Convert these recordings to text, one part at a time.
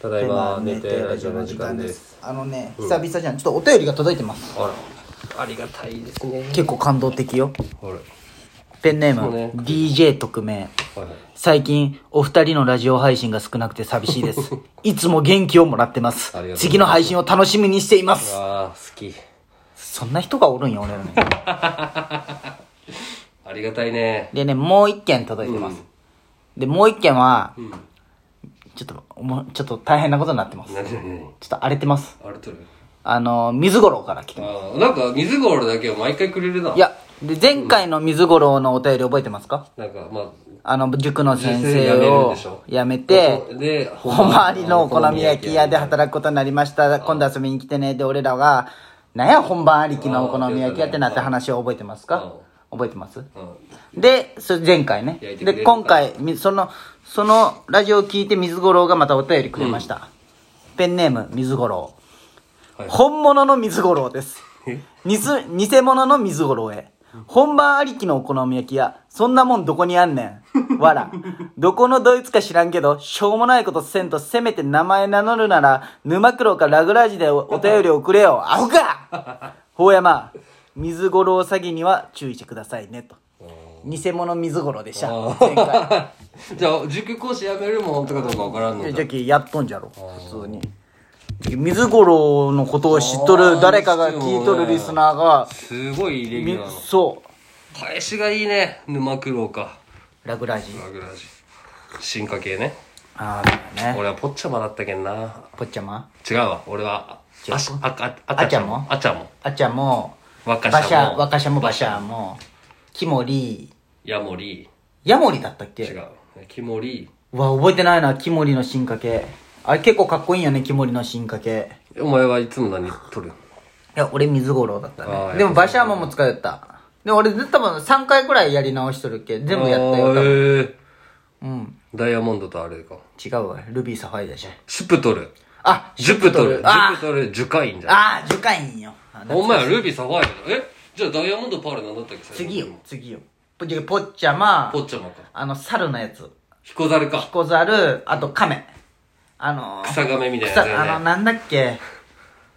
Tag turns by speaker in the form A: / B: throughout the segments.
A: ただいま寝てラジオの時間です
B: あのね、
A: うん
B: 久々じゃんちょっとお便りが届いてます
A: あらありがたいですね
B: 結構感動的よ
A: あれはい
B: ペンネーム、
A: そうね
B: DJ 特命
A: はい
B: 最近お二人のラジオ配信が少なくて寂しいです いつも元気をもらってます
A: ありがとうございます
B: 次の配信を楽しみにしていま
A: う
B: す
A: わあ好き
B: そんな人がおるんよ俺らに
A: ありがたいね
B: でねもう一件届いてます、でもう一件は、ちょっとおもちょっと大変なことになってますちょ
A: なになになに
B: っと荒れてます
A: あれとる
B: あの水五郎から来てます
A: あーなんか水ゴールだけを毎回くれるない
B: やで前回の水五郎のお便り覚えてますか
A: なんかまあ
B: あの塾の先生
A: 先生辞める
B: を
A: でしょ
B: 辞めて
A: で
B: お周りのお好み焼き屋で働くことになりました今度遊びに来てねで俺らが「なんや本番ありきのお好み焼き屋」ってなって話を覚えてますか覚えてます
A: う
B: でそれ前回ね
A: 焼いてくれる
B: で今回みそのそのラジオを聞いて水五郎がまたお便りくれました、ペンネーム水五郎、
A: はい
B: 本物の水五郎ですにす偽物の水五郎へ本番ありきのお好み焼き屋そんなもんどこにあんねんわら どこのドイツか知らんけどしょうもないことせんとせめて名前名乗るなら沼黒かラグラジでおお便り送れよア ホかほうやま水五郎詐欺には注意してくださいねと偽物水五郎でした前回
A: ん じゃあ塾講師辞めるもんとかどうかわからんのか
B: じゃきやっとんじゃろ普通にじゃき水五郎のことを知っとる誰かが聞いとるリスナーが
A: すごいイレギュ
B: み
A: ラーの
B: そう
A: 返しがいいね沼九郎か
B: ラグラジ
A: マグラジ進化系ね
B: ああね
A: 俺はポッチャマだったけんな
B: ぽっちゃま
A: 違うわ俺はあしあああ
B: あちゃんも
A: あちゃんも
B: あっちゃんも
A: 若
B: バシ
A: 者
B: ャ
A: も
B: 若しゃもバシャもキモリ
A: ヤモリ
B: ヤモリだったっ
A: 違
B: け
A: うキモリ
B: うわ覚えてないなキモリの進化系あれ結構かっこいいよねキモリの進化系
A: お前はいつも何撮 る
B: いや俺水五郎だっ
A: あーや
B: た
A: っ
B: ね
A: ぱ
B: でもバシャーマンも使えたでも俺多分3回くらいやり直しとるっけ全部やったよ多
A: あ
B: 分
A: ーえー
B: うん
A: ダイヤモンドとあれか
B: 違うわルビーサファイアでしょ
A: スプトル
B: あ
A: ジュプトルジュ
B: あ
A: プトルジュカインじゃん
B: あー受会員よあの
A: お前はルビーサファイアだえじゃあダイヤモンドパール何だったっけ最後
B: 次よ次よぽじゃぽっちゃま
A: ポッチャマか
B: あの猿のやつ
A: ヒコザルか
B: 小猿あと亀あのー、
A: 草亀みたいなや
B: 草
A: つだ
B: あ
A: よ
B: の
A: ね
B: なんだっけ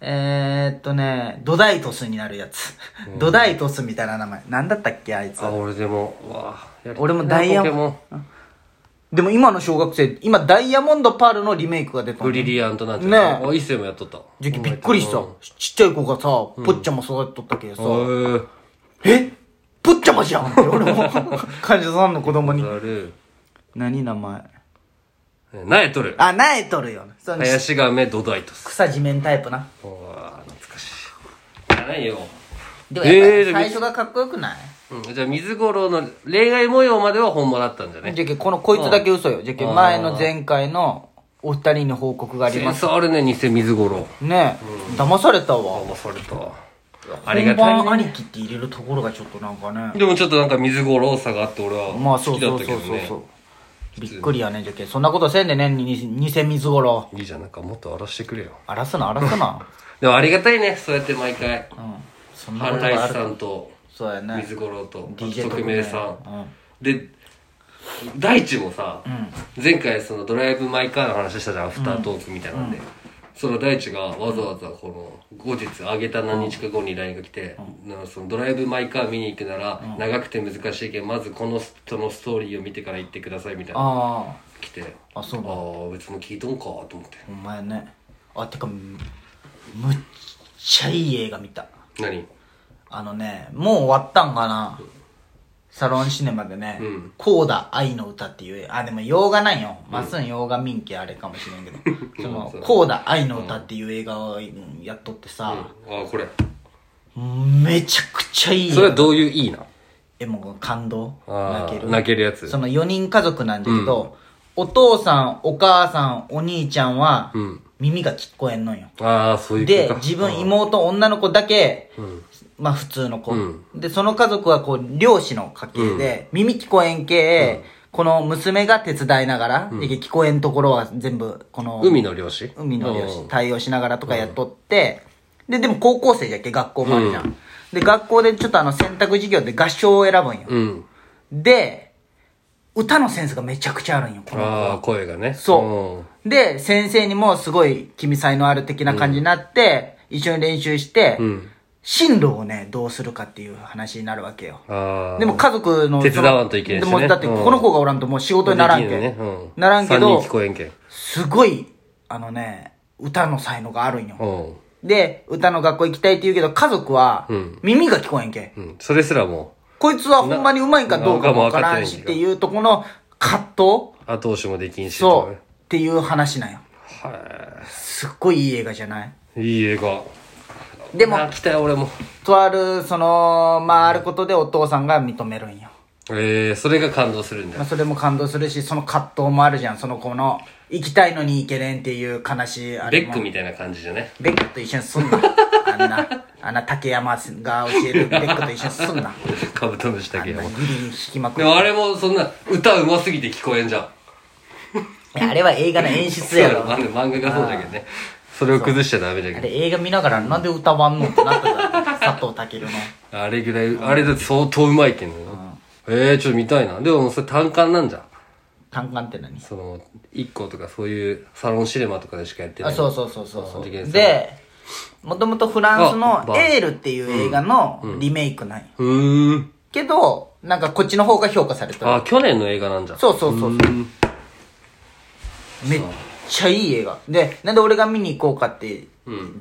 B: えー、っとねドダイトスになるやつ、ドダイトスみたいな名前なんだったっけあいつ
A: あ俺でもうわあやりたいな
B: 俺もダイヤ
A: ポケモン
B: でも今の小学生今ダイヤモンドパールのリメイクが出た
A: ブ
B: の
A: リリアントなんて
B: ねえ
A: あ一世もやっとったわ
B: じゃびっくりしたちっちゃい子がさぽっちゃま育てとったけさ、
A: おい
B: えぽっちゃまじゃんって俺も患者さんの子供に
A: ザル
B: 何名前
A: なえとる
B: あなえとるよその
A: 林がめドダイトス
B: 草地面タイプな
A: うわ懐かしいじゃないよ、
B: でもやっぱ
A: えー
B: り最初がかっこよくない、
A: うん、じゃあ水五郎の恋愛模様までは本物だったんじゃね
B: じゃけこのこいつだけ嘘よじゃけ
A: うん
B: 前の前回のお二人の報告があり
A: セ
B: ま
A: ン
B: す
A: スあるね偽水五郎
B: ねえ、騙されたわ
A: 騙されたわあり
B: 本
A: がたい、
B: 番
A: ね、
B: 兄貴って入れるところがちょっとなんかね
A: でもちょっとなんか水五郎さがあって俺は
B: まあ
A: 好
B: そう
A: きだ
B: そ
A: っ
B: う
A: たけ
B: そ
A: ど
B: うそう
A: ね
B: びっくりやねじゃけそんなことせんでねにに偽水五郎
A: いいじゃんなんかもっと荒らしてくれよ
B: 荒らすな荒らすな
A: でもありがたいねそうやって毎回
B: うんそんな
A: 半
B: ことがあ
A: ライス
B: る
A: さんと
B: そうやね
A: 水五郎と
B: DJ
A: 匿名さん
B: うん
A: で大地もさ、前回そのドライブ・マイ・カーの話したじゃんアフタートークみたいなんで、その大地がわざわざこの後日あげた何日か後に LINE が来て、なんかそのドライブ・マイ・カー見に行くなら、長くて難しいけどまずこの人のストーリーを見てから行ってくださいみたいなの
B: ああ
A: 来て
B: あそうなん
A: ああ別に聞いとんかと思って
B: お前ねあてかむむっちゃいい映画見た
A: 何
B: あのね、もう終わったんかな、サロンシネマでね、
A: ん
B: コーダ愛の歌っていう、あ、でも洋画なんよ。まっすん洋画民家あれかもしれ んけど、その
A: そ、う
B: コーダ愛の歌っていう映画をうんやっとってさ、
A: ああこれ
B: めちゃくちゃいいよ。
A: それはどういういいな
B: え、もう感動
A: あ
B: 泣け
A: ー
B: る。
A: 泣けるやつ
B: その4人家族なんだけど、お父さん、お母さん、お兄ちゃんは、
A: うん
B: 耳が聞こえんのよ。
A: ああそういうこと
B: で
A: か
B: 自分妹女の子だけ、まあ普通の子、
A: うん
B: でその家族はこう漁師の家系で、耳聞こえん系、この娘が手伝いながら、で聞こえんところは全部この
A: 海の漁師
B: 海の漁
A: う
B: 師
A: ん
B: 対応しながらとかやっとって、ででも高校生じゃっけ学校もあるじゃん、で学校でちょっとあの選択授業で合唱を選ぶんよ、
A: うん
B: で歌のセンスがめちゃくちゃあるんよ、この子
A: ああ、
B: は。
A: 声がね。。
B: そうう。で、先生にもすごい君才のある的な感じになって、一緒に練習して、
A: ん
B: 進路をね、どうするかっていう話になるわけよ。
A: ああ。
B: でも家族の。
A: 手伝わんといけんしね
B: でもだって、
A: うん
B: この子がおらんともう仕事にならんけ
A: でき
B: ん。
A: んねうん
B: ならんけ
A: 三
B: ど
A: 人聞、こえんけん。
B: すごい、あのね、歌の才能があるんよ。
A: うん。
B: で、歌の学校行きたいって言うけど、家族は
A: うん、
B: 耳が聞こえんけん。
A: うん。それすらも
B: こいつはほんまにうまいかどうかもわからんしっていうところの葛藤
A: う、後押しもできんし。
B: そう。っていう話なんよ。
A: とかねは
B: すっごいいい映画じゃない
A: い。いい映画。
B: でも
A: あ来たよ、俺も。
B: とある、その、まああることでお父さんが認めるんよ。
A: ええ、それが感動するんだ
B: まあ
A: よ。
B: それも感動するし、その葛藤もあるじゃん。その子の、行きたいのに行けれんっていう悲しいあれ
A: ベ
B: も
A: ックみたいな感じじゃね。
B: ベックと一緒にすんな。あんな、 あんな竹山が教えるベックと一緒にすんな。
A: カブトムシだ
B: あ
A: け
B: ん
A: ど
B: な。ギリ引きまく
A: で
B: る。
A: もあれもそんな、歌うますぎて聞こえんじゃん。
B: いやあれは映画の演出
A: そう
B: や
A: やろ、
B: ろ。
A: 漫画漫画がそうだけどね。それを崩しちゃダメだ
B: あ
A: け
B: れ映画見ながらなんで歌わんのってなったから、佐藤健の。
A: ど。あれぐらい、あれだって相当うまいけんね。ええ、ちょっと見たいな。でもそれ単管なんじゃん。
B: 単管って何
A: その、一個とかそういうサロンシネマとかでしかやってな
B: あ
A: い。
B: そうそうそうそうそう
A: あで
B: でもともとフランス
A: あ
B: の
A: バ
B: 「
A: ー
B: エール」っていう映画のリメイクない、
A: うーん。
B: けどなんかこっちの方が評価された
A: あ、去年の映画なんじゃん。
B: そうそうそうそうめっちゃいい映画でなんで俺が見に行こうかって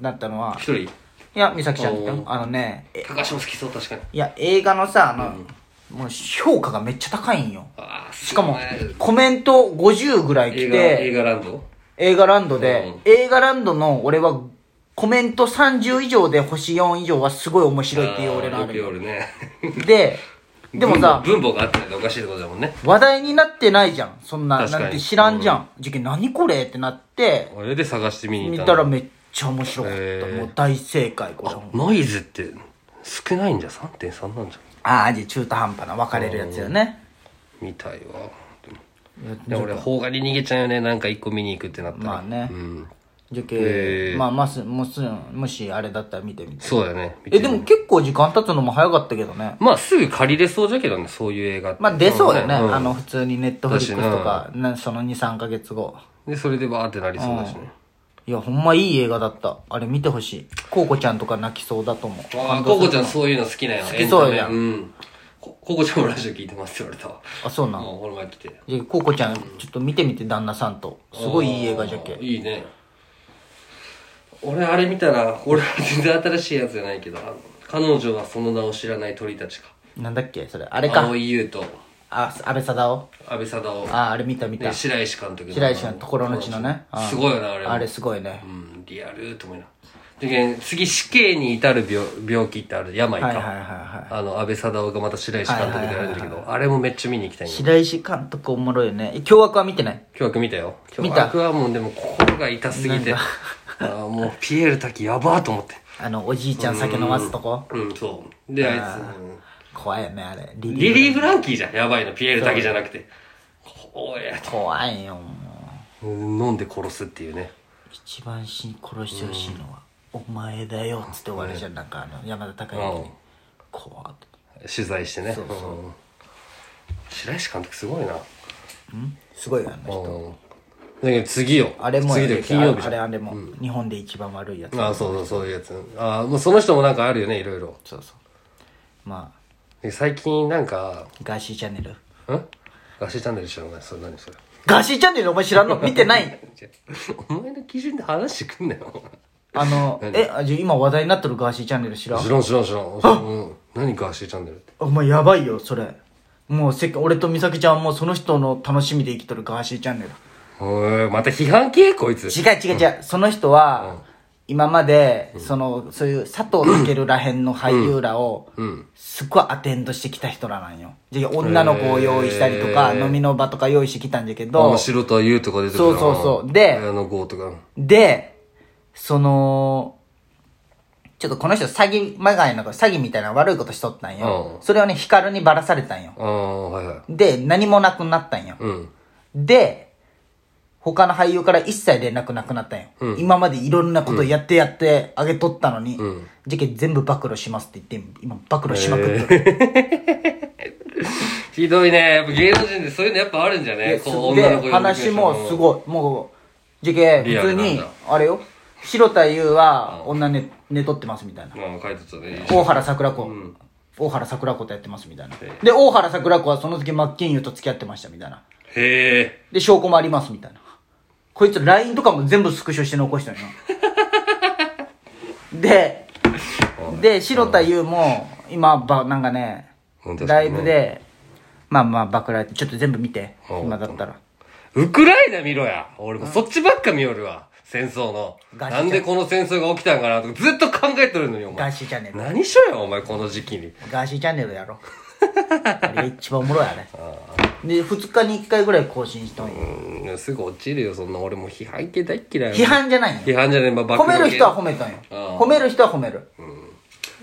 B: なったのは、い
A: 一人
B: や美咲ちゃんだ
A: お
B: よあのねえ
A: 高橋も好きそう、確かに。
B: いや映画のさあの、もう評価がめっちゃ高いんよ
A: ああ、
B: し
A: し
B: かもコメント50ぐらい来て
A: 映画、映画ランド
B: 映画ランドで、
A: うん
B: 映画ランドの俺はコメント30以上で星4以上はすごい面白いっていう俺のあ
A: あーよく夜
B: る
A: ね。
B: で でもさ
A: 文文法があってないとおかしいってことだもんね。
B: 話題になってないじゃんそんな
A: 確かに
B: なんて知らんじゃん受験何これってなって
A: あれで探して見に行っ
B: 見
A: たの
B: たらめっちゃ面白かった、
A: へー
B: もう大正解これ
A: あノイズって少ないんじゃ3.3なんじゃ
B: ああじゃあ中途半端な分かれるやつよね
A: んみたいわでもで俺邦画に逃げちゃうよねなんか一個見に行くってなったら
B: まあね
A: うん
B: 受
A: へ
B: 験
A: ー
B: まあまあすもしもしあれだったら見てみて
A: そうだね
B: えでも結構時間経つのも早かったけどね
A: まあすぐ借りれそうじゃけどねそういう映画って
B: まあ出そうよね、
A: ん
B: あの普通にネットフリックスとか、なその23か月後
A: でそれでバーってなりそうだしね
B: いやほんまいい映画だったあれ見てほしいコウコちゃんとか泣きそうだと思う
A: ああココちゃんそういうの好きなんや好
B: きそうやん
A: うんこココちゃんもラジオ聞いてますって言われたわ
B: あそうなの
A: もうこの前来て
B: じゃあコウコちゃんちょっと見てみて旦那さんとすごいいい映画じゃ
A: あー
B: け
A: いいね俺あれ見たら俺は全然新しいやつじゃないけどあの彼女はその名を知らない鳥たちか
B: なんだっけそれあれか
A: 蒼井優と
B: あ安倍貞夫
A: 安倍貞夫、
B: ああれ見た見た、
A: ね、白石監督の
B: 白石のところのちのね
A: あの
B: うん
A: すごいよなあれも
B: あれすごいね
A: うんリアルと思いなでね次死刑に至る病病気ってある病か、
B: はいはいはいはい
A: あの安倍貞夫がまた白石監督でやるんだけど、あれもめっちゃ見に行きたいんよ
B: 白石監督おもろいよねえ凶悪は見てない
A: 凶悪見たよ凶
B: 見た
A: 悪はもうでも心が痛すぎてあーもうピエール滝やばーと思って
B: あのおじいちゃん酒飲ますとこ
A: うんそうであいつうん
B: 怖いよねあれリ
A: リリー・フランキーじゃんやばいのピエールだけじゃなくておい
B: 怖いよもう
A: 飲んで殺すっていうね
B: 一番死に殺してほしいのは、お前だよ」っつって終わるじゃん、なんかあの山田孝之に
A: うん
B: 「怖っ」
A: 取材してねうん白石監督すごいな
B: すごいよあの人
A: うんだけど次よ
B: あれも
A: 次
B: や
A: だ
B: る
A: よ金曜日
B: あ
A: じ
B: れ
A: ゃん
B: あれも、日本で一番悪いやつ
A: ああそうそうそういうやつああもうその人もなんかあるよねいろいろ
B: そうそうまあ
A: で最近なんか
B: ガーシーチャンネル
A: んガシチャンネル知らないそれ何それ
B: ガーシーチャンネルお前知ら んの見てない
A: 違う お前の基準で話してくんなよ
B: あのえあじゃあ今話題になってるガーシーチャンネル知らん
A: 知らん知らん知らんうん何ガシチャンネルって
B: お前やばいよそれもうせっか俺と美咲ちゃんはもうその人の楽しみで生きとるガーシーチャンネル
A: おいまた批判系こいつ
B: 違う違う違う、その人は、今まで、その、そういう佐藤健らへんの俳優らを、すっごいアテンドしてきた人らなんよ。で、女の子を用意したりとか、
A: へー
B: 飲みの場とか用意してきたんだけ
A: あ
B: ど、
A: 白とは言うとか出てくるな
B: そうそうそうで
A: あの号とか。
B: で、その、ちょっとこの人詐欺まがいの詐欺みたいな悪いことしとったんよ。
A: うん
B: それをね、ヒカルにばらされたんよ。
A: ああ、はいはい。
B: で、何もなくなったんよ。
A: うん。
B: で、他の俳優から一切連絡なくなったんよ。今までいろんなことやってやってあげとったのに、事件全部暴露しますって言って、今暴露しまくってる。
A: ひどいね。やっぱ芸能人でそういうのやっぱあるんじゃね
B: で
A: こう、女の子
B: で話もすごいもう JK
A: リア
B: 普通
A: ルなん
B: に
A: だ
B: あれよ白田優は女寝寝取ってますみたいな
A: まあ、書いてたね。
B: 大原桜子、
A: ん
B: 大原桜子とやってますみたいな
A: え
B: で大原桜子はその時真剣佑と付き合ってましたみたいな
A: へえ。
B: で証拠もありますみたいなこいつ LINE とかも全部スクショして残してる のでで白田優も今ばなんかね
A: 本当ですか
B: ライブでまあまあ暴露られてちょっと全部見て
A: うん
B: 今だったら
A: ウクライナ見ろや。俺もそっちばっか見よるわ。戦争の。
B: ガチ
A: なんでこの戦争が起きたんかなとかずっと考えとるのに、お
B: ガー
A: 前。
B: シーチャンネル
A: 何しろよ、お前、この時期に。
B: ガーシーチャンネルや ろあれが一番おもろいあれで2日に1回ぐらい更新しとんよ
A: うん、すぐ落ちるよ、そんな。俺もう批判系大っ嫌い。
B: 批判じゃない
A: 批
B: よ
A: 判じゃねえ、まあ、暴
B: 褒
A: 露系
B: める人は褒めたんよ
A: うん
B: 褒める人は褒める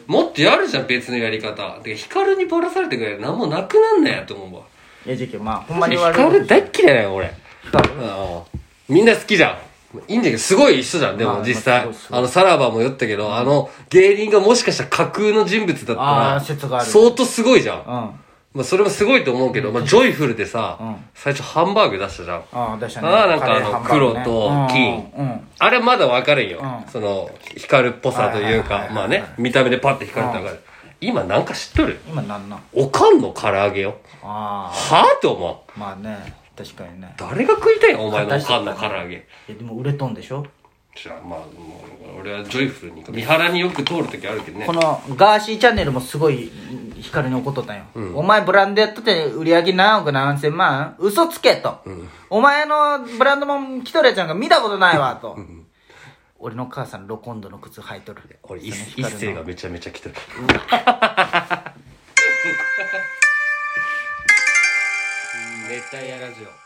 A: もっとやるじゃん、別のやり方。で、ヒカルにばらされてくれ、なんもなくなんなやと思うわ。
B: いやじゃけまあほんまに
A: ヒ
B: 悪い
A: カ
B: こと
A: ル
B: して
A: 大っ嫌いだよ、俺。うんみんな好きじゃん。いいんだけど、すごい人じゃん、で
B: ま
A: も
B: あ
A: 実際。
B: まあすごいすごい
A: あの、さらばも言ったけど、あの、芸人がもしかしたら架空の人物だった
B: あ
A: ら、
B: ー説がある
A: 相当すごいじゃん。
B: うん
A: まあ、それもすごいと思うけど、まあ、ジョイフルでさ、
B: ん
A: 最初ハンバーグ出したじゃん。
B: ああ、出したね。
A: ああなんかあの
B: カレーハンバーグね
A: 黒と金
B: うんうんうん。
A: あれまだわかるんよ。
B: うん
A: その、光るっぽさという
B: はいはいはい
A: か
B: は、い
A: まあね、見た目でパッて光るってわかる。今なんか知っとる
B: 今なんなん
A: おかんの唐揚げよ。
B: あ
A: はぁと思う。
B: あ、まあね、確かにね。
A: 誰が食いたいのお前のおかんの唐揚げ。
B: いや、でも売れとんでしょ
A: じゃあまあもう俺はジョイフルに三原によく通る時あるけどね
B: このガーシーチャンネルもすごい光のことだよ、お前ブランドやってて売り上げ何億何千万嘘つけと、お前のブランドもんキトレちゃんが見たことないわと、俺の母さんロコンドの靴履いとる
A: 俺
B: その
A: 一一
B: 光の
A: 星がめちゃめちゃ来てる 熱帯夜ラジオ